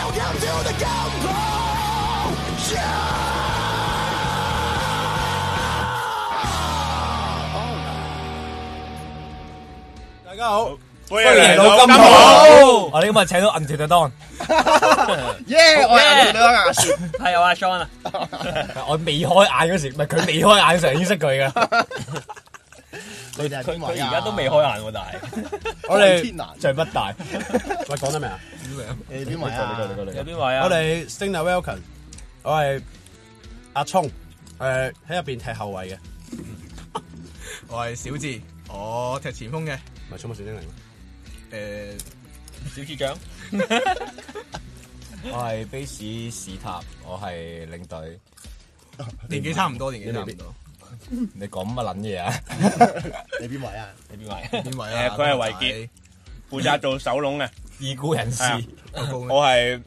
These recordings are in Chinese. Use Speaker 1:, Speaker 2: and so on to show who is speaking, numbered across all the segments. Speaker 1: Welcome to the Gumbo Show!
Speaker 2: Tôi hôm nay mời được Ấn Thị Địch Đan,
Speaker 1: Yeah, 我係見到牙雪，
Speaker 3: 系我阿 John 啊，
Speaker 2: tôi chưa mở mắt lúc đó, không phải anh ấy chưa mở mắt lúc đó tôi đã biết anh ấy.
Speaker 1: 你哋係邊位
Speaker 3: 佢
Speaker 1: 啊？
Speaker 3: 而家都未開眼喎，但
Speaker 2: Chúng tôi
Speaker 1: 天南，
Speaker 2: Trại Bắc Đại,
Speaker 4: 喂，講得未啊？
Speaker 1: 你哋邊位啊？
Speaker 3: 係有邊位啊？
Speaker 4: 我哋 Stinger Welcome，我係阿聰，誒喺入邊踢後衞嘅，
Speaker 5: 我係小智，我踢前鋒嘅。
Speaker 4: 唔係寵物小精靈。
Speaker 5: 誒、
Speaker 3: 小 處長，
Speaker 2: tôi là Base Sĩ Tháp, tôi là lãnh đạo.
Speaker 5: 年紀差唔多，年紀差唔多。
Speaker 2: Anh nói cái gì vậy?
Speaker 1: 你邊位啊？
Speaker 3: 你邊位？
Speaker 5: 邊位啊？
Speaker 3: 誒佢係維傑，負責做手籠嘅，
Speaker 2: Dị cố nhân sĩ,
Speaker 5: 我
Speaker 6: 嗯
Speaker 5: 高咩
Speaker 3: 我係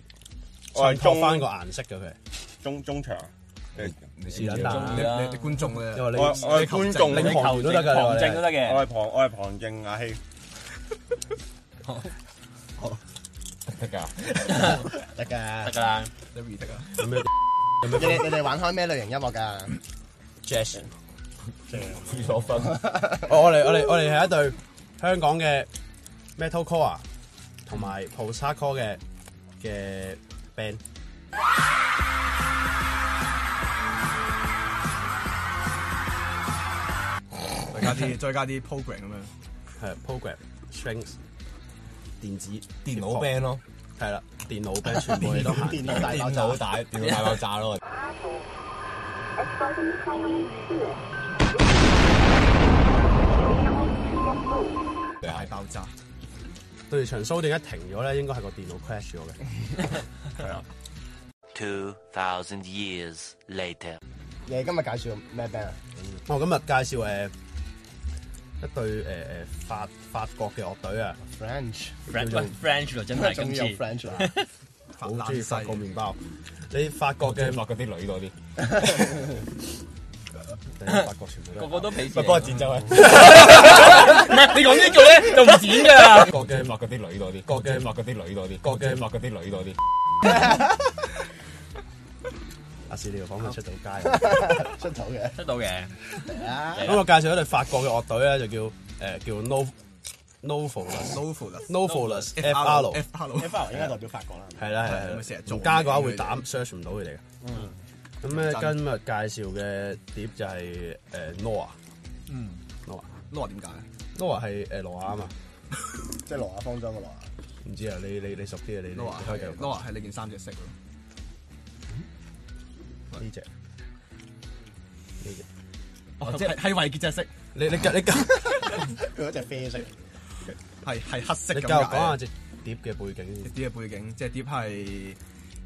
Speaker 3: 我係
Speaker 4: 襯托
Speaker 3: 中
Speaker 4: 翻個顏色嘅佢，
Speaker 3: 中中場，
Speaker 6: 嗯
Speaker 2: anh biết rồi.
Speaker 5: 你你你觀眾咧，
Speaker 4: 因為你
Speaker 6: 我我係觀眾，
Speaker 4: 領
Speaker 6: 我
Speaker 4: 航員都得㗎，
Speaker 3: 旁
Speaker 4: 你
Speaker 3: 證都
Speaker 4: 話
Speaker 3: 得嘅，
Speaker 6: 係旁我係旁證阿希，
Speaker 2: Được rồi,
Speaker 1: 得
Speaker 3: 得
Speaker 1: 㗎。
Speaker 3: 㗎啦。
Speaker 5: 你 read 得啊？
Speaker 1: 你哋你哋玩開咩類型音樂㗎？
Speaker 2: Jazz, Phu Lộc Phân,
Speaker 4: 你我我哋我哋我哋係一隊香港嘅 Metal Core à? 同埋 Post Hardcore 嘅嘅 band。
Speaker 5: 再加啲，再加啲 program 咁樣。
Speaker 4: 係 program strings 電子
Speaker 2: điện tử band luôn,
Speaker 4: 係啦，電腦 band 全部你都行。
Speaker 1: 電腦大
Speaker 2: điện
Speaker 1: 爆
Speaker 2: tử
Speaker 1: 炸
Speaker 2: đại,。điện tử đại bạo trá luôn.
Speaker 7: Exciting Halloween spirit.
Speaker 2: Được
Speaker 5: 大
Speaker 2: rồi,
Speaker 5: 爆炸，
Speaker 4: 對場 show 點解停咗咧？應該係個電腦 crash 咗嘅。
Speaker 8: 2,000 years later.
Speaker 1: 你哋今日介紹咩 band 啊？
Speaker 4: 我今日介紹誒、呃一隊誒誒法法國嘅樂隊啊，
Speaker 1: French，
Speaker 3: French 喂 French 咯，真係
Speaker 1: 終
Speaker 3: 今
Speaker 1: 於
Speaker 3: 次
Speaker 1: 有 French 啦。
Speaker 5: 發
Speaker 4: 好中
Speaker 5: 爛
Speaker 4: 意法國
Speaker 5: 西。
Speaker 4: 麵包。你法國
Speaker 2: tôi
Speaker 4: 嘅
Speaker 2: phát cái đi nữ đó đi,
Speaker 4: 法國全部都
Speaker 3: 個
Speaker 4: 係
Speaker 3: 個都俾
Speaker 2: cái。
Speaker 3: 錢
Speaker 2: đó chiến đấu,
Speaker 3: 唔係你講呢句咧就唔剪㗎啦。
Speaker 2: tôi phát cái đi nữ đó đi, tôi phát cái đi nữ đó đi, tôi phát cái đi nữ đó đi.
Speaker 4: 阿士你又講佢出到 街啊。
Speaker 1: 出到嘅，
Speaker 3: 得到嘅，
Speaker 4: 咁我介紹一隊法國嘅樂隊咧，就叫誒、呃叫 No Novulus
Speaker 5: Novulus。
Speaker 4: Novulus FR。
Speaker 5: F R。
Speaker 1: 花應該代表法國啦。
Speaker 4: 係啦
Speaker 5: 係咪
Speaker 4: 係
Speaker 5: 成日
Speaker 4: 啦，
Speaker 5: 做
Speaker 4: 唔加嘅話會
Speaker 5: 佢哋
Speaker 4: 膽 search 唔到佢哋嘅。嗯。咁咧
Speaker 5: 真
Speaker 4: 今日介紹嘅碟就係誒 Noah
Speaker 5: 嗯
Speaker 4: Noah
Speaker 5: ，Nova 點解？
Speaker 4: Noah 係誒羅亞啊嘛，
Speaker 1: 即係羅亞方舟嘅羅
Speaker 4: 唔知啊你你你熟啲啊你你
Speaker 5: Nova
Speaker 4: 你可以繼
Speaker 5: 係
Speaker 4: 續
Speaker 5: Nova 係你件衫隻色咯。
Speaker 4: 呢只。呢隻
Speaker 5: 哦，即係係維傑隻色，
Speaker 4: 你你你教
Speaker 1: 亞，佢嗰隻啡色。
Speaker 5: 係係黑色
Speaker 4: 你
Speaker 5: 咁
Speaker 4: 教我講啊下
Speaker 5: 解。
Speaker 4: 只碟嘅背景先。
Speaker 5: 碟嘅背景，即係碟係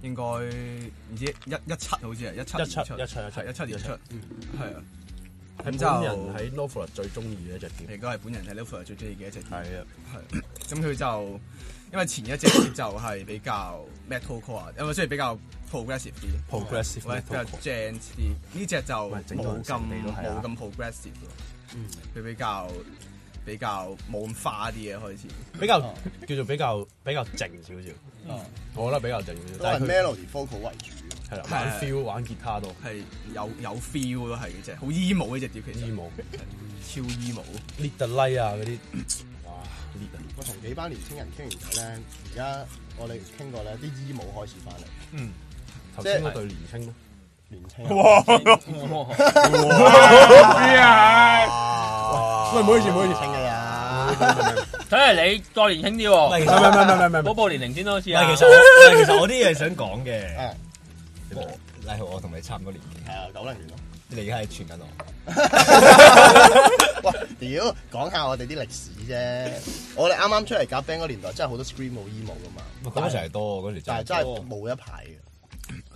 Speaker 5: 應該唔知一一七好似係一七
Speaker 4: 一七
Speaker 5: 年出
Speaker 4: 一七一七
Speaker 5: 係一七年出，係啊。
Speaker 4: 係
Speaker 5: 咁
Speaker 4: 本
Speaker 5: 就
Speaker 4: 人喺 Novula 最中意嘅一隻碟。
Speaker 5: 亦都係本人睇 l i v e r 最中意嘅一隻碟。
Speaker 4: 係啊，
Speaker 5: 係， 咁佢就因為前一隻碟就係比較 metal core，因為即係比較 progressive 啲
Speaker 4: Progressive
Speaker 5: 或者比較
Speaker 4: metalcore
Speaker 5: gent 啲。呢只就
Speaker 4: 喂整到
Speaker 5: 冇
Speaker 4: 人
Speaker 5: 咁
Speaker 4: 成地都係啊
Speaker 5: 冇咁 progressive 咯，
Speaker 2: 嗯
Speaker 5: 佢比較比較冇咁花啲嘅開始。
Speaker 4: 比較叫做比較比較靜少少。我覺得比較靜少少，
Speaker 1: 都係
Speaker 4: 但係佢
Speaker 1: melody vocal 為主，
Speaker 4: 係啦，
Speaker 5: 係
Speaker 4: 玩
Speaker 5: 啊
Speaker 4: feel 玩吉他多。
Speaker 5: 係有有 feel 咯，係嗰只好 emo 呢只碟
Speaker 2: 嗯
Speaker 5: 其實
Speaker 4: emo
Speaker 5: 超 emo，
Speaker 4: lead the light 啊嗰啲，哇 lead 啊！
Speaker 1: 我同幾班年青人傾完偈咧，而家我哋傾過咧，啲 emo 開始翻嚟，
Speaker 4: 頭先嗰對年青咯，
Speaker 1: 年青
Speaker 4: 喂唔好意思唔好意
Speaker 1: 年
Speaker 4: 思，
Speaker 1: 青嘅呀。
Speaker 3: 睇嚟你再年輕啲喎，
Speaker 4: 唔係唔係唔係唔係唔係
Speaker 3: 嗰部年齡先咯，好似
Speaker 2: 唔係，
Speaker 3: 啊
Speaker 2: 其。實我唔係其實我啲嘢想講嘅
Speaker 1: 嗯。
Speaker 2: 我拉浩，我同你差唔多年紀，
Speaker 1: 係啊，九零年咯。
Speaker 2: 你而家係傳緊我。
Speaker 1: 喂， 屌，講下我哋啲歷史啫。我哋啱啱出嚟夾 band 嗰年代，真係好多 scream 冇 emo 噶嘛。
Speaker 2: 嗰時係多，嗰時真
Speaker 1: 但
Speaker 2: 係
Speaker 1: 係真係冇一排嘅。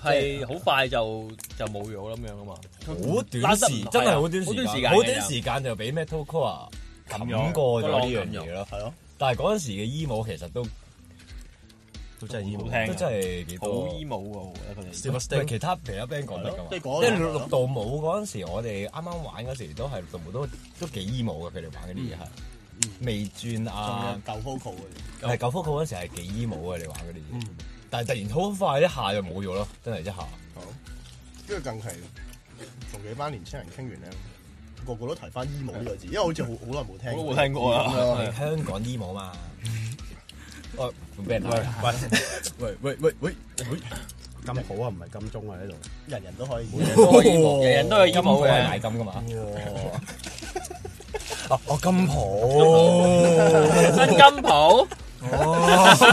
Speaker 3: 係好快就就冇咗咁樣啊嘛，
Speaker 2: 好短時，真係好短時間，
Speaker 3: 好
Speaker 2: 好
Speaker 3: 短
Speaker 2: 短
Speaker 3: 時
Speaker 2: 時間就俾 Metal Core 冚過咗呢樣嘢咯。
Speaker 1: 係咯，
Speaker 2: 但係嗰陣時嘅 emo 其實都都真係 emo，都真係幾
Speaker 3: 好
Speaker 2: 多。
Speaker 3: emo 喎，我覺得佢哋。
Speaker 2: 唔係其他其他 band 講得㗎嘛，
Speaker 1: 即係
Speaker 2: 即
Speaker 4: 啊
Speaker 1: 嗰
Speaker 2: 係六度舞嗰陣時，我哋啱啱玩嗰時都係六度舞都都幾 emo 嘅，佢哋玩嗰啲嘢係未轉
Speaker 1: 仲
Speaker 4: 嗯
Speaker 2: 啊
Speaker 1: 有，舊 vocal 嘅。
Speaker 5: 嗯
Speaker 2: 係九福嗰陣時係幾 emo 嘅，你玩嗰啲嘢。但係突然好快一下就冇咗咯，真係一下。
Speaker 1: 好，跟住近期同幾班年青人傾完咧，個個都提翻 emo 呢個字，因為好似好好耐冇聽過。
Speaker 3: 我都冇聽過啊
Speaker 1: 咁樣
Speaker 2: 係香港 emo 嘛，我嗯俾人
Speaker 4: 喂
Speaker 2: 打
Speaker 4: 喂，
Speaker 5: 哦喂喂喂喂，
Speaker 4: 金好啊，唔係金鐘啊，呢度。
Speaker 1: 人人都可以。
Speaker 3: 人人都有
Speaker 2: 金
Speaker 3: 音
Speaker 2: 鋪
Speaker 3: 樂
Speaker 2: 係
Speaker 3: 嘅
Speaker 2: 買，金噶嘛，
Speaker 4: 哦，金
Speaker 2: 哦
Speaker 4: 好。
Speaker 3: 真金 鋪
Speaker 5: 係喎，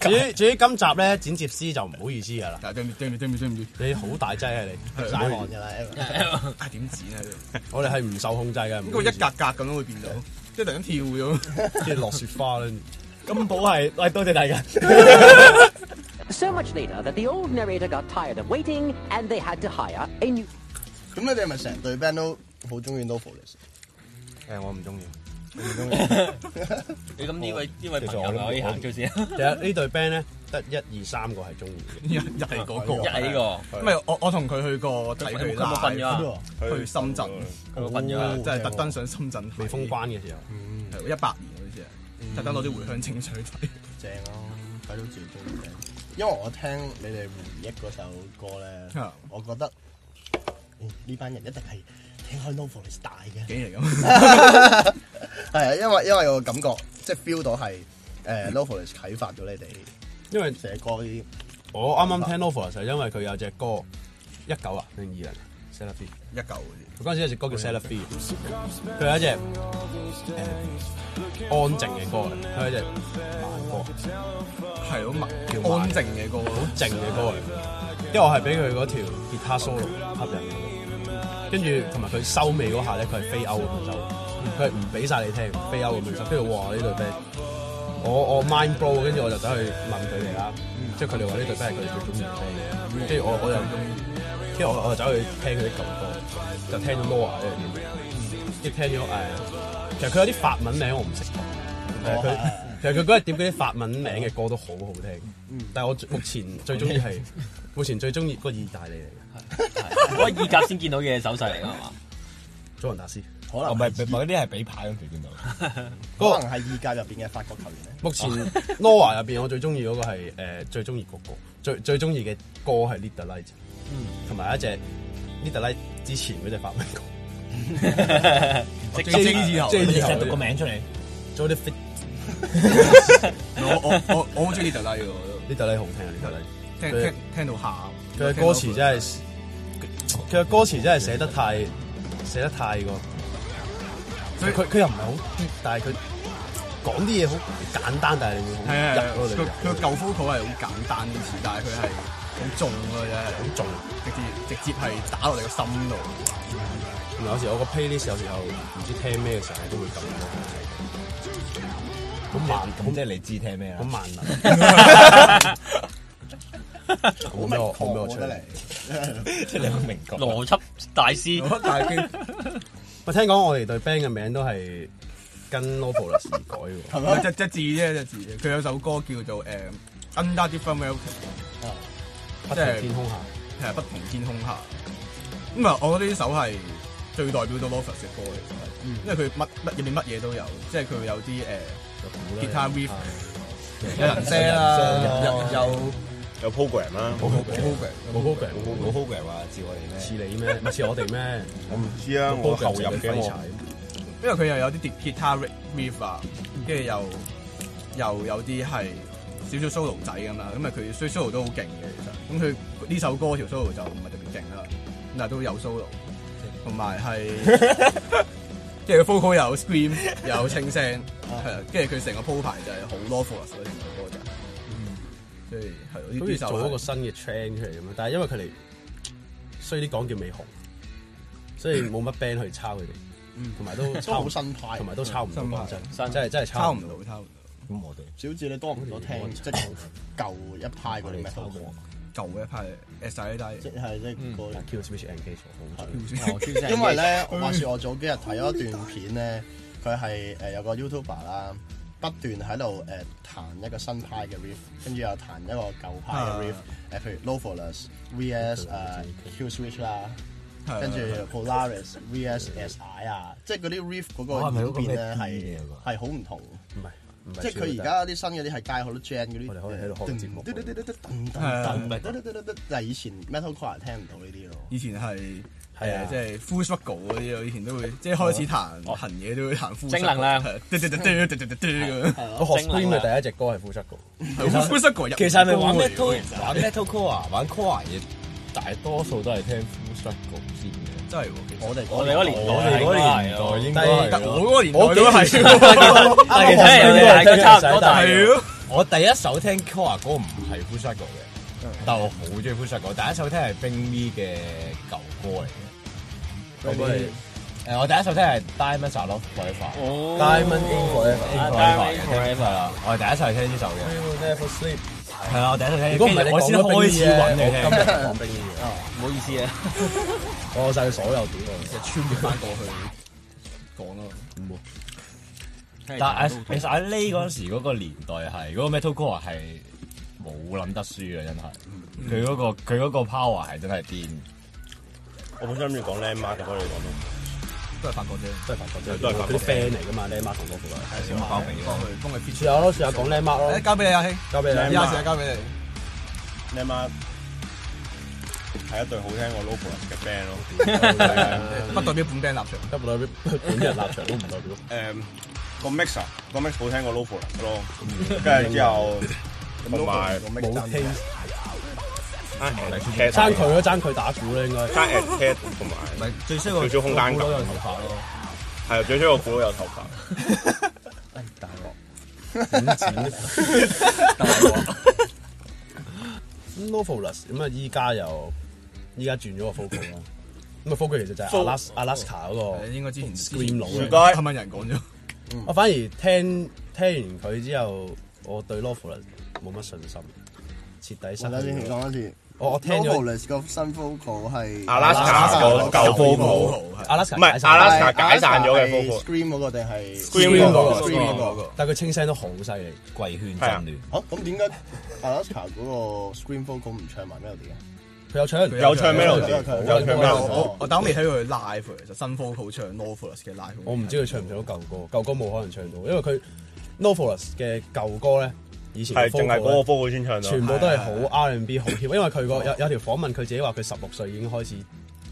Speaker 4: 至於至於今集咧，剪接師就唔好意思㗎啦，
Speaker 5: 但係對唔對唔對唔對唔住，
Speaker 4: 你好大劑啊你，
Speaker 1: 大汗㗎啦，Evan，
Speaker 5: 啊點剪 啊？呢
Speaker 4: 我哋係唔受控制嘅，唔
Speaker 5: 個
Speaker 4: 好
Speaker 5: 一
Speaker 4: 意思
Speaker 5: 格格咁樣會變到，即係突然間跳咗。
Speaker 4: 即係落雪花咧。
Speaker 2: 金鋪係，喂多謝大家。
Speaker 7: So much later that the old narrator got tired of waiting and they had to hire a new.
Speaker 1: 咁你哋咪成隊 band 都好中意 Novelis。
Speaker 4: 誒，我唔中意。
Speaker 3: 你咁呢位呢位朋友咪可以行出先，
Speaker 4: 其實呢隊 band 咧，得一二三個係中意嘅。
Speaker 5: 又係嗰個，
Speaker 3: 一係呢
Speaker 5: 因為我我同佢去過睇佢
Speaker 3: 佢冇瞓咗
Speaker 5: live，
Speaker 3: 啊
Speaker 5: 去深圳，
Speaker 3: 個，佢冇瞓咗啊
Speaker 1: 哦
Speaker 5: 真係特登上深圳睇
Speaker 4: 未封，關嘅時候，
Speaker 5: 係一百年好似係，啊特登攞啲回鄉清水睇。
Speaker 1: 正咯，睇到自己中意聽。因為我聽你哋回憶嗰首歌咧
Speaker 5: 啊，
Speaker 1: 我覺得嗯呢班人一定係聽開 Novelis 大嘅。
Speaker 5: 幾嚟咁？
Speaker 1: 係啊，因為因為我感覺即係 feel 到係誒 Novelis 啟發咗你哋
Speaker 4: 因為
Speaker 1: 寫歌啲。
Speaker 4: 我啱啱聽 Nova 就係因為佢有隻歌一九啊定二零 s e l a f i
Speaker 5: 一嚿嗰
Speaker 4: 佢嗰陣時有隻歌叫 s e l a f i 佢係一隻誒、安靜嘅歌嚟，佢係一隻慢歌，
Speaker 5: 啲，係好默
Speaker 4: 叫
Speaker 5: 安靜嘅歌咯。
Speaker 4: 靜嘅歌嚟。因為我係俾佢嗰條吉他 solo 吸引嘅，跟住同埋佢收尾嗰下咧，佢係飛歐咁樣收，佢係唔俾晒你聽，飛歐咁樣收。跟住哇呢隊 band，我我 mind blow，跟住我就走去問佢哋啦，即係佢哋話呢隊 band 係佢哋最中意嘅 band，跟住我我又跟住我我就走去聽佢啲舊歌，就聽咗 Noah 呢樣嘢，跟住聽咗誒，其實佢有啲法文名我唔識講，但係佢其實佢嗰日點嗰啲法文名嘅歌都好好聽，但係我最目前最中意係目前最中意嗰個意大利嚟嘅
Speaker 3: 我意甲先見到嘅手勢嚟㗎係嘛？
Speaker 4: 祖雲達斯，
Speaker 1: 可能
Speaker 2: 哦唔
Speaker 1: 係
Speaker 2: 係，唔係嗰啲係俾牌咁佢 見到。
Speaker 1: 可能係意甲入邊嘅法國球員咧。
Speaker 4: 目前 Noah 入邊我最中意嗰個係誒最中意嗰個最最中意嘅歌係 Lead the Light，同埋一隻 Lead the Light 之前嗰隻法文歌
Speaker 3: 即
Speaker 5: 最精之後，
Speaker 4: 即係
Speaker 2: 你
Speaker 4: 以後
Speaker 2: 寫讀個名出嚟，
Speaker 4: j o d y Fit
Speaker 5: 我我我我好中意特拉嘅，我
Speaker 4: Lead the Light 好聽啊 Lead the Light。
Speaker 5: 都聽
Speaker 4: 佢
Speaker 5: 聽聽到喊。
Speaker 4: 佢嘅歌詞真係，佢嘅歌詞真係寫得太寫得太過，佢佢佢又唔係好啲，但係佢講啲嘢好簡單，但係你會好
Speaker 5: 係啊，係啊
Speaker 4: 入嗰
Speaker 5: 佢
Speaker 4: 度，
Speaker 5: 佢舊 vocal 係好簡單嘅詞，但係佢係好重咯，真係好重，直接直接係打落你個 心度。
Speaker 4: 同埋有時我個 playlist 有時候唔知聽咩嘅時候都會咁咯，
Speaker 2: 好慢咁，即係你知聽咩
Speaker 4: 好
Speaker 2: 啦？
Speaker 4: 慢啊！
Speaker 1: 好
Speaker 4: 好
Speaker 1: 明
Speaker 4: 俾我
Speaker 1: 確
Speaker 4: 好俾我
Speaker 1: 我
Speaker 4: 出
Speaker 1: 覺
Speaker 4: 嚟
Speaker 1: 得。
Speaker 2: 即係你好明確。
Speaker 3: 邏輯大 師，
Speaker 5: 但係
Speaker 4: 我聽講我哋隊 band 嘅名都係跟 Novelist 而改嘅喎，
Speaker 5: 佢隻隻字啫，隻字。佢有首歌叫做誒 Under Different Welcome，
Speaker 4: 不
Speaker 5: 即
Speaker 4: 同
Speaker 5: 係
Speaker 4: 天空下。
Speaker 5: 係不同天空下。咁啊，我覺得呢首係最代表到 Lovers 嘅歌
Speaker 4: 嗯
Speaker 5: 嚟，因為佢乜乜入面乜嘢都有，即係佢有啲誒。吉他 riff
Speaker 4: 啊
Speaker 5: 有人聲啦，有有
Speaker 6: 有 program 啊啦，
Speaker 4: 冇 program，
Speaker 2: 冇 program 啊，照我哋
Speaker 4: 似
Speaker 2: 咩？
Speaker 4: 你咩？唔似我哋咩？
Speaker 6: 我唔知啊，我後入嘅我，
Speaker 5: 因為佢又有啲碟吉他 riff 啊，跟住又又有啲係少少 solo 仔咁啦，咁啊佢所以 solo 都好勁嘅其實，咁佢呢首歌條 solo 就唔係特別勁啦，咁但係都有 solo，同埋係即係佢 vocal 又有 scream 又有清聲，係啊，跟住佢成個鋪排就係好 l o v e l 所以成首歌就係，嗯所以係咯呢
Speaker 4: 好
Speaker 5: 呢
Speaker 4: 似
Speaker 5: 首
Speaker 4: 做一個
Speaker 5: 係
Speaker 4: 新嘅 trend 出嚟咁樣，但係因為佢哋衰啲講叫未紅，所以冇乜 band 去抄佢哋，同埋都
Speaker 1: 都
Speaker 4: 抄
Speaker 1: 好，新派，
Speaker 4: 同埋都抄唔到
Speaker 5: 新派
Speaker 4: 講真，
Speaker 3: 新
Speaker 4: 真係真係
Speaker 5: 抄
Speaker 4: 抄
Speaker 5: 唔
Speaker 4: 唔到。
Speaker 5: 到抄唔
Speaker 2: 咁我哋
Speaker 1: 小智你多唔多聽即係舊一派嗰
Speaker 2: 嗯我
Speaker 1: 啲
Speaker 2: 哋
Speaker 1: 咩
Speaker 2: 抄
Speaker 1: 歌？
Speaker 2: 過。嗯
Speaker 5: 到舊嘅一派 S I 低
Speaker 1: 即。係即係個
Speaker 4: 但 Kill Switch Engage 我好中意，
Speaker 1: 因為咧，話説我早幾日睇咗一段片咧，佢係誒有個 YouTuber 啦，不斷喺度誒彈一個新派嘅 riff，跟住又彈一個舊派
Speaker 4: 啊
Speaker 1: 嘅 riff，誒譬如 Loveless VS 誒 Q Switch 啦，
Speaker 4: 啊
Speaker 5: 係
Speaker 1: 跟住 Polaris VS SI 啊，即係嗰啲 riff 嗰
Speaker 2: 哦係咪嗰
Speaker 1: 個
Speaker 2: 個
Speaker 1: 演變
Speaker 2: 咩
Speaker 1: 咧
Speaker 2: D 嘅
Speaker 1: 係
Speaker 2: 嗰個
Speaker 1: 係好唔同。
Speaker 4: 唔係唔啊
Speaker 1: 即係佢而家啲新嗰啲係加好多 gen 嗰啲，
Speaker 4: 我哋可以喺度開個節目啊
Speaker 1: 噔噔噔噔噔噔噔噔噔噔噔但係以前 metalcore 聽唔到呢啲咯。
Speaker 5: 以前係
Speaker 4: 係啊
Speaker 5: 誒，即係 full struggle 嗰啲咯，以前都會即係開始彈行嘢都會彈 full struggle，
Speaker 9: 正能量
Speaker 5: 係嘟嘟嘟嘟嘟嘟嘟嘟咁
Speaker 4: 我學 Scream 嘅第一隻歌係 Full Circle，
Speaker 5: 係 full struggle 入
Speaker 3: 啊其實係咪玩
Speaker 5: 歌嚟
Speaker 3: metal 玩 metalcore 啊，玩 core 嘢，大多數都係聽 full circle 先嘅。
Speaker 5: 真係喎，其實
Speaker 1: 我哋
Speaker 9: 我哋嗰年
Speaker 3: 我哋嗰年
Speaker 9: 代
Speaker 3: 代應該
Speaker 4: 但係
Speaker 5: 但
Speaker 3: 係
Speaker 5: 係
Speaker 3: 咯
Speaker 5: 我嗰個年代
Speaker 4: 我
Speaker 5: 都
Speaker 4: 幾時
Speaker 5: 係，
Speaker 3: 但係
Speaker 9: 我
Speaker 3: 其實人
Speaker 9: 聽
Speaker 3: 哋係
Speaker 9: 人哋
Speaker 3: 佢差唔多大
Speaker 5: 係
Speaker 3: 嘅。
Speaker 5: 咯，
Speaker 3: 我第一首聽 core 歌唔係 full circle
Speaker 4: 嗯
Speaker 3: 嘅，但我好中意 full circle。第一首聽係 Bring Me 嘅舊歌嚟嘅，嗰啲誒我第一首聽係 Diamonds Are Not Forever。
Speaker 9: 哦
Speaker 4: Diamond in Forever
Speaker 9: 啊 Diamond in
Speaker 3: Forever 嘅聽
Speaker 9: Forever
Speaker 3: 係啦，啊我係第一首係聽呢首嘅。
Speaker 4: We will never sleep。
Speaker 3: 係啊，我第一首聽。
Speaker 4: 如果唔係你
Speaker 3: 我
Speaker 4: 講
Speaker 3: 先
Speaker 4: 咗
Speaker 3: 開始揾你
Speaker 4: 我今日
Speaker 3: 聽。
Speaker 4: 講冰嘢，
Speaker 9: 唔好意思啊，
Speaker 4: 我有晒佢所有點喎。
Speaker 5: 穿越翻過去講咯。
Speaker 3: 但係其實喺呢嗰陣時嗰個年代係嗰、個 metalcore 係冇諗得輸嘅，真係。佢嗰、個佢嗰個 power 係真係癲。
Speaker 2: 我本身諗住講 landmark 嘅，不過你講
Speaker 5: 都係法國啫，
Speaker 4: 真係發覺
Speaker 2: 都係發覺
Speaker 4: 佢啲 friend 嚟㗎嘛，靚媽同嗰個啊。
Speaker 3: 小馬包俾
Speaker 5: 幫佢幫佢 p i
Speaker 4: 仲有咯，仲有講靚媽咯
Speaker 5: 誒，，交俾你阿兄，
Speaker 4: 交俾你啦。
Speaker 5: 而家時間交俾你。
Speaker 2: landmark 係一隊好聽過 Lobo 嘅 band 咯。係 啊
Speaker 5: 不代表本 band 立場。
Speaker 4: 根本代表本人立場都唔代表。
Speaker 2: 誒個 mixer 個 mix 好聽過 Lobo 咯，跟住之後同埋
Speaker 1: 冇
Speaker 4: 冇 taste，
Speaker 2: 啊 Cat
Speaker 4: 爭佢咯，爭佢打鼓咧應該。
Speaker 2: 加 Cat 同埋
Speaker 3: 最衰個
Speaker 2: 最少空間感
Speaker 3: 嗰個頭髮咯。
Speaker 2: 係啊最衰我估到有頭髮。
Speaker 4: 大鑊。咁 Novulus 咁啊，依家又依家轉咗個 focus 啦。咁啊，focus 其實就係 Alas Alaska 嗰
Speaker 2: 哦
Speaker 4: 個
Speaker 5: 誒，。應該之前
Speaker 4: Scream 佬
Speaker 5: 之前
Speaker 2: 嘅
Speaker 5: 新聞人講咗。
Speaker 4: 我反而聽聽完佢之後，我對 Novulus 冇乜信心，徹底失
Speaker 1: 我等先
Speaker 4: 去咗。
Speaker 1: 講一次。
Speaker 4: 啊我我聽咗
Speaker 1: Novelist 個新 vocal 係
Speaker 2: Alaska 個舊 Lobo，
Speaker 4: Alaska
Speaker 2: 唔係
Speaker 4: 解散咗
Speaker 2: Alaska 解散咗嘅
Speaker 1: Alaska 係
Speaker 2: vocal
Speaker 1: Scream 嗰個定係
Speaker 2: Scream 嗰個
Speaker 1: Scream 嗰個。
Speaker 4: 但係佢清聲都好犀利。
Speaker 3: 貴圈
Speaker 2: 係啊
Speaker 3: 真亂，
Speaker 1: 哦，咁點解 Alaska 嗰個 Scream vocal 唔唱埋 melody 嘅？
Speaker 4: 佢有唱
Speaker 5: 佢
Speaker 2: 有唱 melody，
Speaker 1: 有
Speaker 2: 有唱 melody。
Speaker 5: 我我但我未睇過佢 live，其實新 vocal 唱 Novus 嘅 live。
Speaker 4: 我唔知佢唱唔唱到舊歌，舊歌冇可能唱到，因為佢 Novulus 嘅舊歌咧，以前嘅
Speaker 2: 係淨
Speaker 4: vocal
Speaker 2: 係嗰個
Speaker 4: 呢
Speaker 2: vocal 先唱到。
Speaker 4: 全部都係好 R&B 好 hip，因為佢個有有條訪問，佢自己話佢十六歲已經開始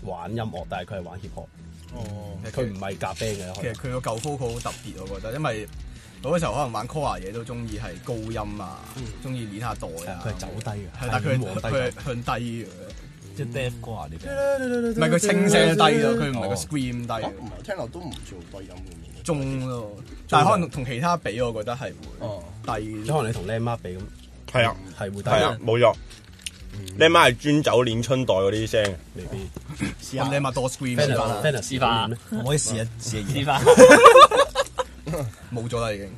Speaker 4: 玩音樂，但係佢係玩 hip hop，
Speaker 1: 哦，
Speaker 4: 佢唔係夾 band 嘅。
Speaker 5: 其實佢個舊 vocal 好特別，我覺得，因為好多時候可能玩 core 嘢都中意係高音啊，中意攣下代啊。
Speaker 4: 佢係走低嘅，
Speaker 5: 係，但佢
Speaker 4: 係低
Speaker 5: 佢係向低嘅，
Speaker 3: 即係 death 歌啊呢啲。
Speaker 5: 唔係佢清聲低咗，佢唔係個
Speaker 3: 哦
Speaker 5: scream 低
Speaker 1: 我
Speaker 5: 嘅
Speaker 1: 唔係我聽落都唔做低音嘅面。
Speaker 5: 中咯。但係可能同其他比，我覺得係
Speaker 1: 哦
Speaker 5: 會低
Speaker 4: 即係可能你同靚媽比咁，
Speaker 2: 係啊。
Speaker 4: 係會低
Speaker 2: 係啊
Speaker 4: 嘅，，
Speaker 2: 冇錯。
Speaker 4: 嗯
Speaker 2: 你媽係專走練春袋嗰啲聲，
Speaker 4: 未必。
Speaker 1: 試
Speaker 5: 咁你咪多 scream 先啦
Speaker 4: Fantasy，Fantasy
Speaker 9: 示範啊
Speaker 4: 會唔會
Speaker 3: 可唔可以試一試一
Speaker 9: 試
Speaker 3: 嘢？
Speaker 9: 翻
Speaker 5: 冇咗啦已經。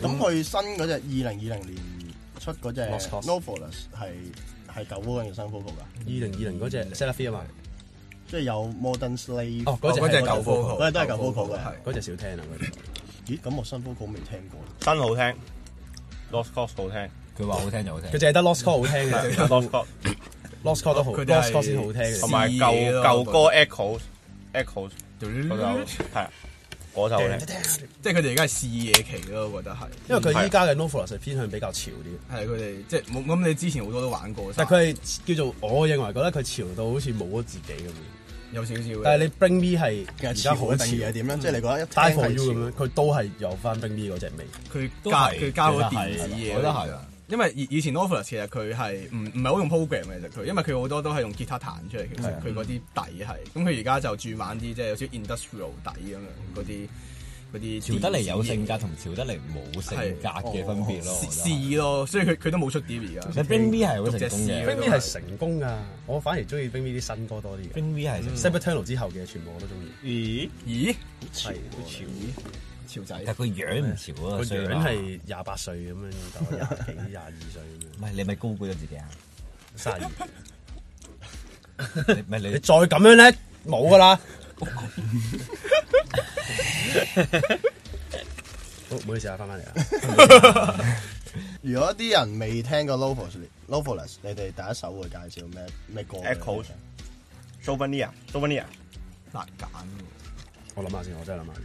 Speaker 1: 咁佢新嗰隻二零二零年出嗰隻
Speaker 4: Lost Cause
Speaker 1: Novulus 係係舊 vocal 定新 vocal 噶？
Speaker 4: 二零二零嗰隻 s e l a f i 啊嘛，
Speaker 1: 即係有 Modern Slave
Speaker 4: 哦嗰隻
Speaker 5: 嗰隻
Speaker 4: 係
Speaker 5: 舊 vocal，
Speaker 1: 嗰隻都係舊 vocal 嘅
Speaker 5: 係
Speaker 4: 嗰隻少聽啊嗰隻。
Speaker 1: 咦，咁我新 vocal 未聽過。
Speaker 2: 真好聽，Lost Cause 好聽
Speaker 3: 佢話好聽就好聽
Speaker 4: 佢。淨係得 Lost Call 好聽嘅
Speaker 2: ，Lost Cause
Speaker 4: ，Lost Call 都好
Speaker 5: 佢哋
Speaker 4: ，Lost
Speaker 5: 係
Speaker 4: Call 先好聽嘅。
Speaker 2: 同埋舊
Speaker 5: 試嘢咯
Speaker 2: 舊歌 Echoes Echoes 嗰
Speaker 4: 嗯
Speaker 2: 首
Speaker 5: 即
Speaker 2: 係啊，嗰首好聽。
Speaker 5: 係佢哋而家係試嘢期咯，我覺得係，
Speaker 4: 因為佢依家嘅 Novulus 係偏向比較潮啲，
Speaker 5: 係佢哋即係冇咁。你之前好多都玩過，
Speaker 4: 但佢係叫做我認為覺得佢潮到好似冇咗自己咁樣。
Speaker 5: 有少少嘅。
Speaker 4: 但係你 Bring Me 係
Speaker 1: 其實
Speaker 4: 而家
Speaker 1: 潮
Speaker 4: 好
Speaker 1: 嘅
Speaker 4: 潮
Speaker 1: 定義係點咧？即係你覺得一聽
Speaker 4: Die For You
Speaker 1: 係
Speaker 4: 咁
Speaker 1: 潮
Speaker 4: 樣，佢都係有翻 Bring Me 嗰只味。
Speaker 5: 佢
Speaker 3: 都
Speaker 5: 加
Speaker 3: 係
Speaker 5: 佢加咗
Speaker 3: 我覺得係
Speaker 5: 電子嘢，
Speaker 3: 我覺得係啊。
Speaker 5: 因為以以前 Novus 其實佢係唔唔係好用 program 嘅，其實佢因為佢好多都係用吉他彈出嚟，其實佢嗰啲底係咁。佢而家就轉玩啲即係有少 industrial 底咁樣嗰啲嗰啲
Speaker 3: 潮得嚟有性
Speaker 5: 格
Speaker 3: 格同潮得嚟冇性格嘅分別咯。我覺得
Speaker 5: 試咯，所以佢佢都冇出碟而
Speaker 3: 你
Speaker 5: 家。
Speaker 3: Bring Me 係好
Speaker 5: 逐
Speaker 3: 成功
Speaker 5: 隻試
Speaker 3: 嘅
Speaker 5: 啊
Speaker 4: Bring Me 係成功㗎，我反而中意 Bring Me 啲新歌多啲嘅。
Speaker 3: ，Bring 嗯 Me 係成功
Speaker 4: s e p e t u r n a l 之後嘅全部我都中意。
Speaker 2: 咦？
Speaker 5: 咦？
Speaker 4: 係好潮，
Speaker 5: 潮仔
Speaker 3: 但係個樣唔潮啊，
Speaker 4: 個
Speaker 3: 所以
Speaker 4: 樣
Speaker 3: 話
Speaker 4: 係廿八歲咁樣，但我廿幾廿二歲咁樣
Speaker 3: 唔，係你咪高估咗自 己啊？
Speaker 4: 卅二。
Speaker 3: 你唔係
Speaker 4: 你
Speaker 3: 你
Speaker 4: 再咁樣咧，冇㗎啦。好，唔好意思啊，翻返嚟啦。
Speaker 1: 如果啲人未聽過 Novulus Novulus，你哋第一首會介紹咩咩歌俾佢哋聽
Speaker 2: Echoes Souvenir Souvenir
Speaker 5: 難揀喎，
Speaker 4: 我諗下先，我真係諗下先。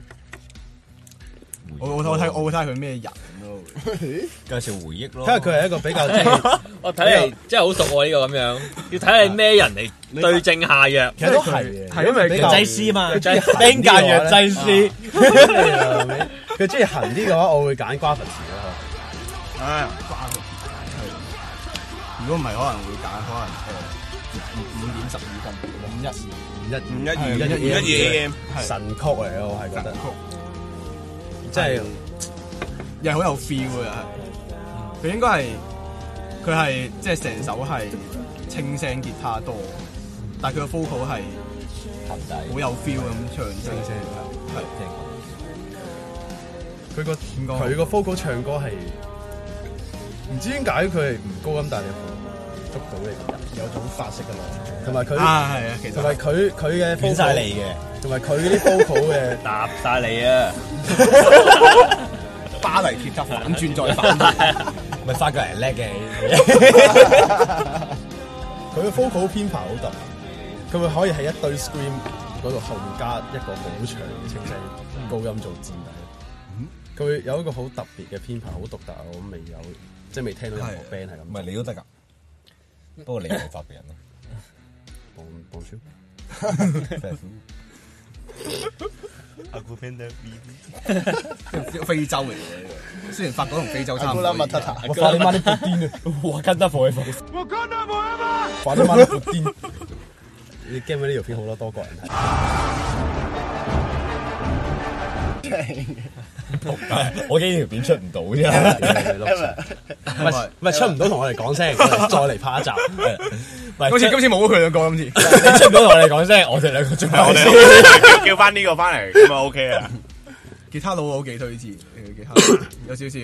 Speaker 3: 唔
Speaker 5: 我我我睇我會睇下佢咩人咯。
Speaker 2: 介紹回憶咯。
Speaker 4: 睇下佢係一個比較即 係，
Speaker 3: 我睇嚟真係好熟喎呢個咁樣，要睇你咩人嚟對症下藥。
Speaker 4: 其實都係嘅，係因為比較
Speaker 3: 藥劑師嘛，
Speaker 4: 佢中意
Speaker 3: 藥
Speaker 4: 行
Speaker 3: 劑兵
Speaker 4: 啲嘅話
Speaker 3: 界
Speaker 4: 咧
Speaker 3: 藥劑師。
Speaker 4: 佢中意痕啲嘅話，我會揀瓜分池咯。
Speaker 2: 哎
Speaker 5: 唉，瓜佢如果唔係，可能會揀可能呃誒五五點十二斤，
Speaker 4: 五一
Speaker 6: 五
Speaker 4: 五
Speaker 6: 一二
Speaker 4: 五一
Speaker 6: 五一二 AM
Speaker 5: 係
Speaker 4: 神曲嚟嘅，我係覺得
Speaker 5: 五一。
Speaker 4: 即係
Speaker 5: 又係好有 feel 嘅，係佢應該係佢係即係成首係清聲吉他多，但係佢嘅 vocal 係
Speaker 2: 行仔
Speaker 5: 好有 feel 咁唱清聲，係
Speaker 4: 佢個
Speaker 5: 點講啊
Speaker 4: 佢個 vocal 唱歌係唔知點解佢係唔高音，但係你捉到你個人有種發色嘅嘛。同埋佢
Speaker 5: 啊係啊，其
Speaker 4: 同
Speaker 5: 實
Speaker 4: 埋佢佢嘅
Speaker 2: 捲晒
Speaker 4: vocal
Speaker 2: 嚟嘅，
Speaker 4: 同埋佢啲 vocal 嘅
Speaker 3: 搭晒你啊！
Speaker 5: 巴黎鐵塔反轉再反轉，
Speaker 2: 咪法國人叻嘅。
Speaker 4: 佢嘅 vocal 編排好特別，佢會可以喺一堆 scream 嗰度後面加一個好長嘅清聲高音做墊底。佢會有一個好特別嘅編排，好獨特，我未有即係未聽到任何 band 係咁
Speaker 2: 唔係
Speaker 4: 做。
Speaker 2: 你都得㗎，不過你係法國人咯。
Speaker 4: 冇冇超
Speaker 5: 非洲嚟嘅呢個， 雖然法國同非洲差唔多。
Speaker 1: Akula Matata
Speaker 5: 係
Speaker 4: 我快啲媽啲撥 癲啊！
Speaker 3: 哇，跟得火火。
Speaker 4: 快啲媽啲撥癲！你驚唔驚呢條片好多多國人睇？
Speaker 2: 我驚條片出唔到啫。
Speaker 4: 唔係唔係出唔到，同我哋講聲，我哋再嚟拍一集。
Speaker 2: 唔係
Speaker 5: 今次今次冇咗佢兩個，今次
Speaker 2: 你出唔到同我哋講聲，我哋兩個仲
Speaker 6: 我哋叫叫翻呢個翻嚟咁啊 OK 啊，
Speaker 5: 吉他佬我幾推薦，誒呃吉他佬 有少少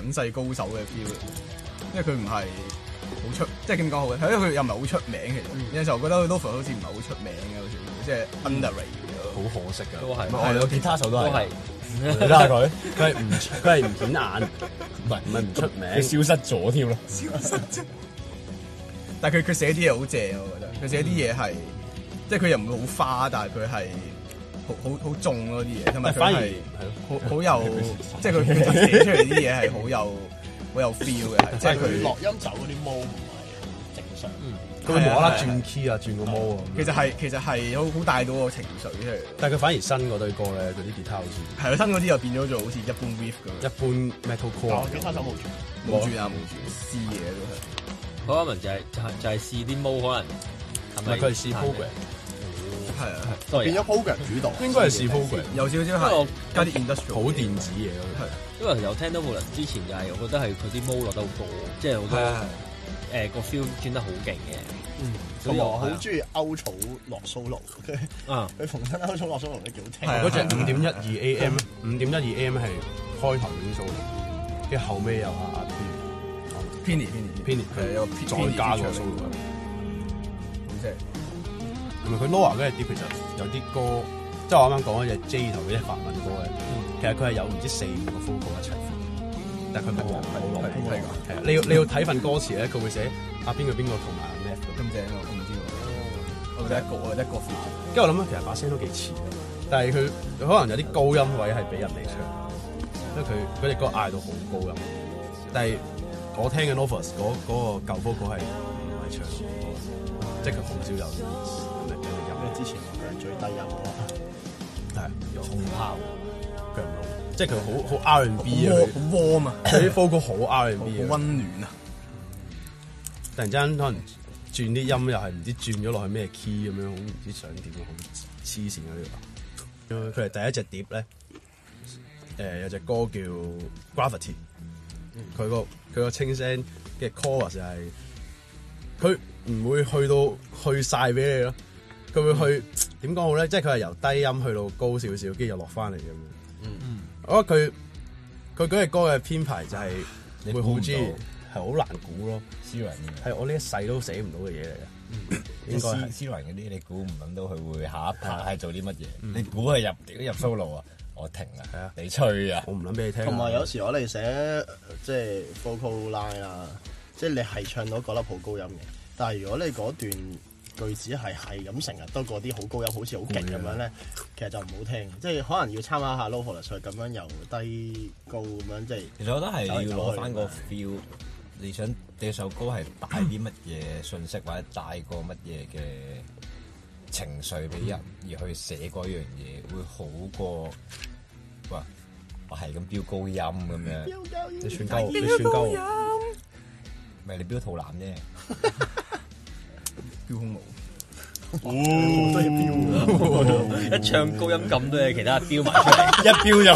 Speaker 5: 隱世高手嘅 feel，因為佢唔係好出，即係點講好咧？因為佢又唔係好出名其實，有時候我覺得佢 Lover 好似唔係好出名嘅，好似即係 underrated
Speaker 4: 好可惜㗎，
Speaker 3: 都係
Speaker 4: 唔我哋個吉他手都
Speaker 3: 都
Speaker 4: 係
Speaker 3: 係
Speaker 4: 㗎，你睇下佢，佢係唔佢係唔顯眼，唔係唔係唔出名
Speaker 2: 你。消失咗添啦。
Speaker 5: 嘅，但係佢佢寫啲嘢好正，我覺得佢寫啲嘢係，即係佢又唔會好花，但係佢係好好好重咯啲嘢，同埋佢
Speaker 4: 反而
Speaker 5: 係好好有，即係佢佢寫出嚟啲嘢係好有好有 feel 嘅，係即係
Speaker 1: 佢
Speaker 5: 佢
Speaker 1: 落音走嗰啲毛唔係正常，
Speaker 4: 佢會無啦啦轉 key 啊，轉個毛啊。
Speaker 5: 其實係其實係好好帶到個情緒出嚟。
Speaker 4: 但係佢反而新嗰堆歌咧，佢啲吉他好似
Speaker 5: 係啦，新嗰啲又變咗做好似一般 riff 咁
Speaker 4: 一般 metal
Speaker 1: 但
Speaker 4: core
Speaker 1: 我吉哦他手冇轉，
Speaker 5: 樣，冇轉啊冇轉，撕嘢都
Speaker 3: 可能就係就係就係試啲毛，可能係
Speaker 4: 唔係佢係試 program，
Speaker 5: 係，係啊
Speaker 3: 都
Speaker 1: 變咗 program 主導。
Speaker 4: 應該係試 program，
Speaker 5: 係，有少少
Speaker 3: 因為
Speaker 5: 係
Speaker 3: 我
Speaker 5: 加啲 industrial，
Speaker 4: 好電子嘢咯。
Speaker 3: 因為有聽到冇人之前就係，我覺得係佢啲毛落得好多，即係好
Speaker 5: 係
Speaker 3: 多
Speaker 5: 啊
Speaker 3: 誒個 feel 轉得好勁嘅。
Speaker 1: 同埋我好中意歐草落 solo，佢
Speaker 3: 啊，
Speaker 1: 佢逢親歐草落 solo 都幾好聽。
Speaker 5: 係啊
Speaker 4: 嗰隻五點一二 AM，五點一二 AM 係開頭已經 solo，跟住後尾有阿阿 Penny
Speaker 5: ，Penny Penny
Speaker 4: Penny
Speaker 5: 係有
Speaker 4: 佢哦再加個 solo。啊
Speaker 5: 即係
Speaker 4: 同埋佢 Loa 嗰隻碟其實有啲歌，即係我啱啱講嗰隻 J 頭嗰隻法文歌咧，其實佢係有唔知四五個 vocal 一齊放，但係佢冇冇落
Speaker 5: 哦係係㗎
Speaker 4: 係啊，你要你要睇份歌詞咧，佢會寫啊邊個邊個同埋阿 Math 咁。
Speaker 5: 咁正啊，我唔知喎，我得一個我得一個 feel，
Speaker 4: 跟住我諗咧，啊其實把聲都幾似嘅，但係佢佢可能有啲高音位係俾人哋唱，因為佢嗰隻歌嗌到好高音。但係我聽嘅 Novus 嗰嗰個舊 vocal 係唔係唱好高音，即係佢好少有咁嘅咁嘅
Speaker 1: 因為
Speaker 4: 音。
Speaker 1: 之前佢係最低音啊嘛，
Speaker 4: 係有重炮，佢唔好，即係佢好好 R&B 啊！
Speaker 5: 好 warm 啊，
Speaker 4: 佢佢啲 vocal 好 R&B
Speaker 5: 好
Speaker 4: 啊！
Speaker 5: 温暖啊，
Speaker 4: 突然之間可能轉啲音又係唔知轉咗落去咩 key 咁樣，好唔知想點啊，好黐線啊呢個！佢係第一隻碟咧，誒、有隻歌叫 Gravity，佢個佢個清聲嘅 chorus 就係佢唔會去到去晒俾你咯，佢
Speaker 2: 嗯
Speaker 4: 會去點講好咧？即係佢係由低音去到高少少，跟住又落翻嚟咁樣。
Speaker 2: 嗯
Speaker 4: 我覺得佢佢嗰隻歌嘅編排就係
Speaker 2: 你
Speaker 4: 會
Speaker 2: 估
Speaker 4: 好
Speaker 2: 唔
Speaker 4: 知
Speaker 2: 到
Speaker 4: 係好難估咯。
Speaker 2: 思維嘅。
Speaker 4: 係我呢一世都寫唔到嘅嘢嚟嘅，
Speaker 2: 即
Speaker 4: 應該
Speaker 2: 係
Speaker 4: 係嗯
Speaker 2: 思維嗰啲，你估唔諗到佢會下一拍係做啲乜嘢？你估佢入入 solo 啊？我停
Speaker 4: 係啊
Speaker 2: 啦，你吹啊！
Speaker 4: 我唔諗俾你聽啊。
Speaker 1: 同埋有時我哋寫呃即係 vocal line 啊，即係你係唱到嗰粒好高音嘅，但係如果你嗰段句子係係咁成日都嗰啲好高音，好似好勁咁樣咧，其實就唔好聽。即係可能要參考下 Local 去咁樣由低高咁樣，即係
Speaker 2: 其實我覺得係要攞翻個 feel，你想你首歌係帶啲乜嘢信息，或者帶個乜嘢嘅情緒俾人，而去寫嗰樣嘢會好過哇！我係咁飆高音咁樣，你算鳩，你算鳩，唔係你飆肚腩啫，
Speaker 5: 飆空舞，
Speaker 1: 好多嘢飆
Speaker 2: 啊
Speaker 1: 喎。
Speaker 3: 一唱高音咁多嘢，其他飆埋出嚟。
Speaker 2: 一飆就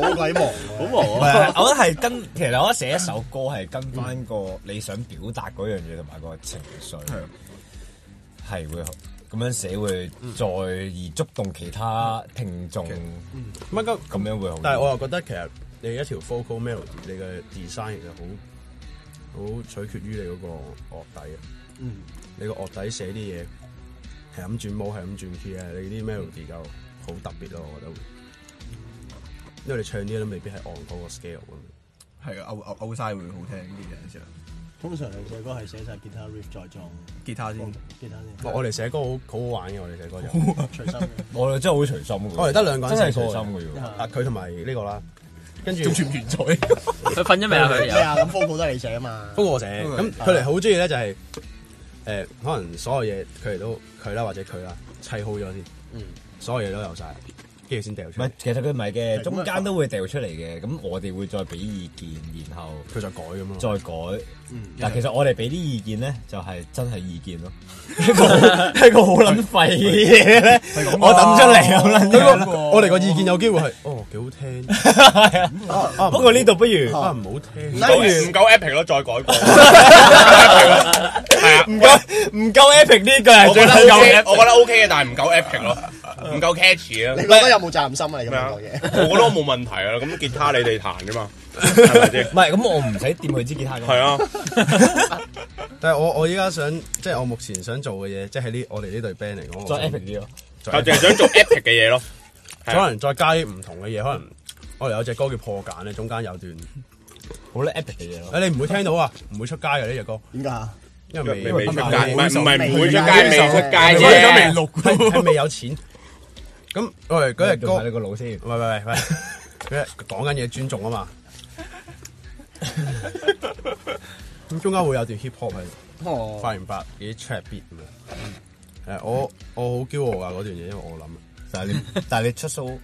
Speaker 1: 好鬼忙，好忙
Speaker 2: 唔 係，啊我覺得係跟，其實我覺得寫一首歌係跟翻個你想表達嗰樣嘢同埋個情緒，
Speaker 5: 啊
Speaker 2: 係會咁樣寫會
Speaker 5: 嗯
Speaker 2: 再而觸動其他聽眾，
Speaker 5: 嗯
Speaker 4: 唔係咁
Speaker 2: 咁樣會好啲。
Speaker 4: 但係我又覺得其實你一條 vocal melody，你嘅 design 其實好好取決於你嗰個樂底啊。
Speaker 2: 嗯
Speaker 4: 你個樂底寫啲嘢係咁轉毛，係咁轉 key 咧，你啲 melody 就好特別咯，我覺得會。因為你唱啲嘢都未必係按嗰個 scale 咁。
Speaker 5: 係啊，勾勾勾晒會好聽啲嘅有時候，
Speaker 1: 通常兩首歌係寫晒吉他 riff 再撞
Speaker 5: 吉他先。
Speaker 1: 吉他先，
Speaker 2: 嗯
Speaker 4: 我哋寫歌好好好玩嘅，我哋寫歌就。
Speaker 1: 隨心嘅。
Speaker 2: 我哋真係好隨心嘅，
Speaker 4: 我哋得兩個人
Speaker 2: 真係
Speaker 4: 寫歌
Speaker 2: 隨
Speaker 4: 嘅
Speaker 2: 心嘅喎。
Speaker 4: 啊，佢同埋呢個啦，跟住
Speaker 5: 完咗？
Speaker 3: 佢瞓咗未啊？佢
Speaker 1: 咩啊？咁 vocal 都係你寫啊嘛。
Speaker 4: 不過我寫，咁佢哋好中意咧就係、誒、可能所有嘢佢哋都佢啦或者佢啦砌好咗先，
Speaker 1: 嗯
Speaker 4: 所有嘢都有晒，跟住先掉
Speaker 2: 唔
Speaker 4: 出嚟
Speaker 2: 係，，其實佢唔係嘅，
Speaker 1: 係
Speaker 2: 中間都會掉出嚟嘅。咁我哋會再俾意見，然後
Speaker 4: 佢就改咁咯。
Speaker 2: 再改。但其實我哋俾啲意見咧，就係真係意見 咯。一個一個好撚廢嘅嘢 咧，我抌出嚟咁撚樣
Speaker 4: 佢個我哋個意見有機會係哦幾好聽，
Speaker 2: 啊不過呢度不如
Speaker 4: 啊唔好聽，
Speaker 1: 不如
Speaker 6: 唔夠 epic 咯，再改過。係啊，
Speaker 2: 唔夠唔夠 epic 呢句係
Speaker 6: 我
Speaker 2: 最
Speaker 6: 覺得
Speaker 2: 撚
Speaker 6: OK，
Speaker 2: 夠
Speaker 6: 我覺得 OK 嘅，但係唔夠 epic 咯，唔夠 catchy
Speaker 1: 你
Speaker 6: 啊。
Speaker 1: 覺得有冇責任心啊？你咁
Speaker 6: 咩
Speaker 1: 樣
Speaker 6: 啊？
Speaker 1: 講
Speaker 6: 我
Speaker 1: 嘢。
Speaker 6: 覺得我冇問題啊。咁吉他你哋彈啫嘛，係 咪先？
Speaker 2: 唔係咁，我唔使掂佢支吉他㗎嘛
Speaker 6: 係。啊，
Speaker 4: 但係我我依家想即係我目前想做嘅嘢，即係呢我哋呢隊 band 嚟講，
Speaker 2: 再
Speaker 4: 我
Speaker 2: epic 啲咯。
Speaker 4: 再
Speaker 6: 我淨係想做 epic 嘅嘢咯。係啊
Speaker 4: 可能再加啲唔同嘅嘢，可能我哋有隻歌叫破茧咧，中間有段，
Speaker 2: 好啦 epic 嘅嘢咯。
Speaker 4: 誒你唔會聽到啊，唔會出街嘅呢只歌，
Speaker 1: 點解啊？
Speaker 4: 因
Speaker 6: 未
Speaker 4: 為
Speaker 6: 未
Speaker 4: 未
Speaker 6: 出街，
Speaker 4: 因
Speaker 6: 唔
Speaker 4: 為
Speaker 6: 係唔係唔會出
Speaker 1: 未
Speaker 6: 街，未出
Speaker 4: 我哋都
Speaker 6: 街啫。
Speaker 4: 未錄，係係未有錢。咁我哋嗰日
Speaker 2: 用下你
Speaker 4: 歌，
Speaker 2: 個腦先。
Speaker 4: 喂喂喂喂，佢講緊嘢尊重啊嘛。咁中間會有段 hip hop 係
Speaker 1: 哦，
Speaker 4: 發完白幾 trap beat 咁樣。誒，我我好驕傲啊嗰段嘢，因為我諗，
Speaker 2: 但係你但係你出 show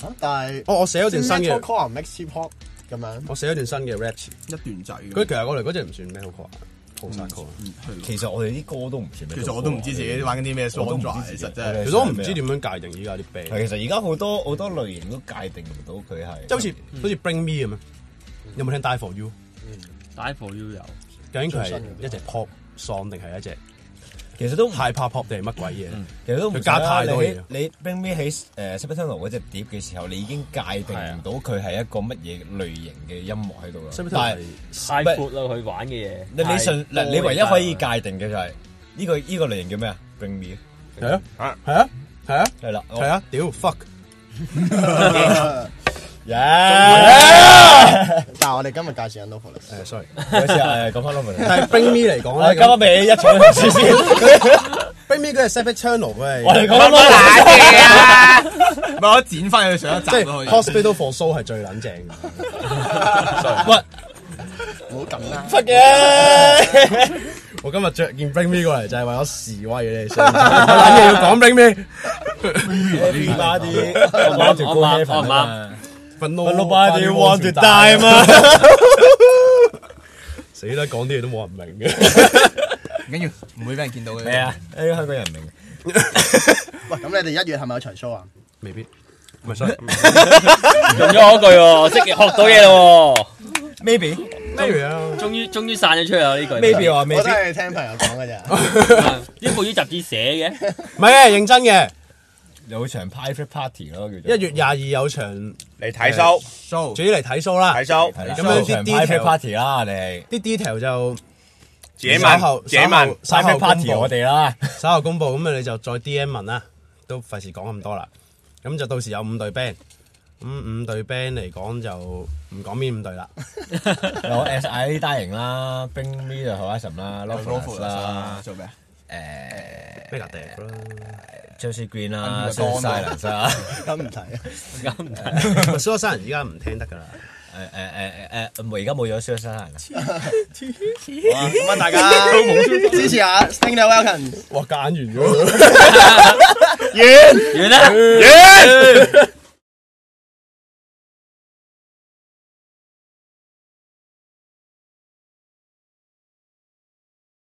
Speaker 1: 嚇但係
Speaker 4: 哦我我寫咗段新
Speaker 1: metal
Speaker 4: 嘅，
Speaker 1: core mix hip hop 咁樣。
Speaker 4: 我寫咗段新嘅 rap 詞。
Speaker 5: 一段仔嘅。
Speaker 4: 佢其實我哋嗰隻唔算 metal core，好晒 core。
Speaker 5: 嗯係咯
Speaker 2: 其實我哋啲歌都唔算咩。
Speaker 5: 其實我都唔知自己玩緊啲咩 genre，其 實真係。
Speaker 4: 其實我唔知點樣界定依家啲 band，
Speaker 2: 係其實而家好多好多類型都界定唔到佢係，
Speaker 4: 即係好似好似 Bring Me 咁樣。有冇聽 Die For You？
Speaker 3: 大埔要有，
Speaker 4: 究竟佢係一隻 pop song 定係一隻
Speaker 2: 其實都唔
Speaker 4: high pop pop 定係乜鬼嘢？
Speaker 2: 其實都唔
Speaker 4: 佢加太多嘢
Speaker 2: 你喺你 Bring Me ờ, 喺誒 September 嗰只碟嘅時候，你已經界定唔到佢係一個乜嘢類型嘅音樂喺度啦。但係
Speaker 3: 太闊啦，佢玩嘅嘢。
Speaker 2: 你你信
Speaker 3: 太
Speaker 2: 嗱，
Speaker 3: 多
Speaker 2: 你唯一可以
Speaker 3: 啦
Speaker 2: 界定嘅就係呢個呢個類型叫咩啊？Bring à? Me
Speaker 4: 係啊，
Speaker 6: 啊
Speaker 4: 係啊，係啊，
Speaker 2: 係啦，我
Speaker 4: 係，啊，屌 fuck！
Speaker 1: 但係我哋今日介紹緊 Local
Speaker 4: 誒，sorry，
Speaker 2: 有時係講翻 Lover 嚟。
Speaker 4: 但係 Bring Me 嚟
Speaker 2: 我
Speaker 4: 講咧
Speaker 2: 哋交翻俾一廠老師先，
Speaker 4: ，Bring Me 嗰隻 Seven Channel 佢
Speaker 2: 我哋
Speaker 4: 係
Speaker 2: 講翻 Lover
Speaker 5: 唔係我剪翻佢上一集
Speaker 4: 即係
Speaker 5: 咯可以
Speaker 4: Hospital for Soul 係最撚正嘅。
Speaker 2: 喂
Speaker 1: 唔好咁啦。
Speaker 2: ，fuck 嘅。
Speaker 4: 我今日着件 Bring Me 過嚟就係為咗示威嘅，你哋想唔想我撚嘢要講 Bring Me。
Speaker 2: Everybody
Speaker 3: 我唔
Speaker 2: want
Speaker 3: 啱
Speaker 2: to
Speaker 3: 我
Speaker 2: go
Speaker 3: 唔
Speaker 2: heaven 啊
Speaker 3: 啱我唔啱
Speaker 2: 嘛
Speaker 4: But
Speaker 2: But nobody want to
Speaker 4: die
Speaker 2: die 嘛。
Speaker 4: 死啦，講啲嘢都冇人明嘅。
Speaker 5: 唔緊要，唔會俾人見到嘅。
Speaker 2: 係 啊，呢個香港人明。
Speaker 1: 喂，咁你哋一月係咪有場 show 啊？
Speaker 4: 未必，唔係 sorry。
Speaker 3: 用咗我一句喎，識學到嘢咯
Speaker 2: Maybe
Speaker 4: 例如啊
Speaker 3: 喎，，終於終於散咗出嚟啦呢句。
Speaker 2: maybe 話
Speaker 1: 我
Speaker 2: maybe
Speaker 1: 都。係聽朋友講嘅咋。
Speaker 3: 呢部於雜誌寫嘅，
Speaker 4: 唔係嘅，認真嘅。
Speaker 2: 有場 private party 咯，叫做
Speaker 4: 一月廿二有場，
Speaker 6: 嚟睇收
Speaker 5: show
Speaker 4: 主要嚟睇 show 啦。
Speaker 6: 睇收，
Speaker 5: 啊
Speaker 2: 係啦，
Speaker 4: 咁樣
Speaker 2: 咁
Speaker 4: 啲
Speaker 2: 樣啲 private
Speaker 4: detail
Speaker 2: party 啦，你哋
Speaker 4: 啲 detail 就
Speaker 6: 自己
Speaker 4: 稍
Speaker 6: 問
Speaker 4: 後，
Speaker 6: 自己問。
Speaker 4: 稍後
Speaker 2: private
Speaker 4: 公
Speaker 2: party
Speaker 4: 佈
Speaker 2: 我哋 啦，
Speaker 4: 稍後公佈，咁啊你就再 D M 問啦，都費事講咁多啦。咁就到時有五隊 band，咁五隊 band 嚟講就唔講邊五隊啦。
Speaker 2: 有 S I 呢單型啦，Bring Me 就 Horizon 啦 l o v e r 啦，
Speaker 5: 做咩啊？誒
Speaker 4: 咩格笛啦？
Speaker 5: Josie Green 啦 s u i
Speaker 1: 多
Speaker 5: c i l e 啦，
Speaker 1: 咁唔睇啊，
Speaker 10: 咁唔得
Speaker 4: 所有新人而家唔聽得㗎啦。
Speaker 5: 誒誒誒誒，唔而家冇咗 s u i c i l e
Speaker 1: 好啊咁啊大家支持下 Sting the Welkin，
Speaker 4: 哇，揀完咗。
Speaker 1: 完。
Speaker 10: 完啦。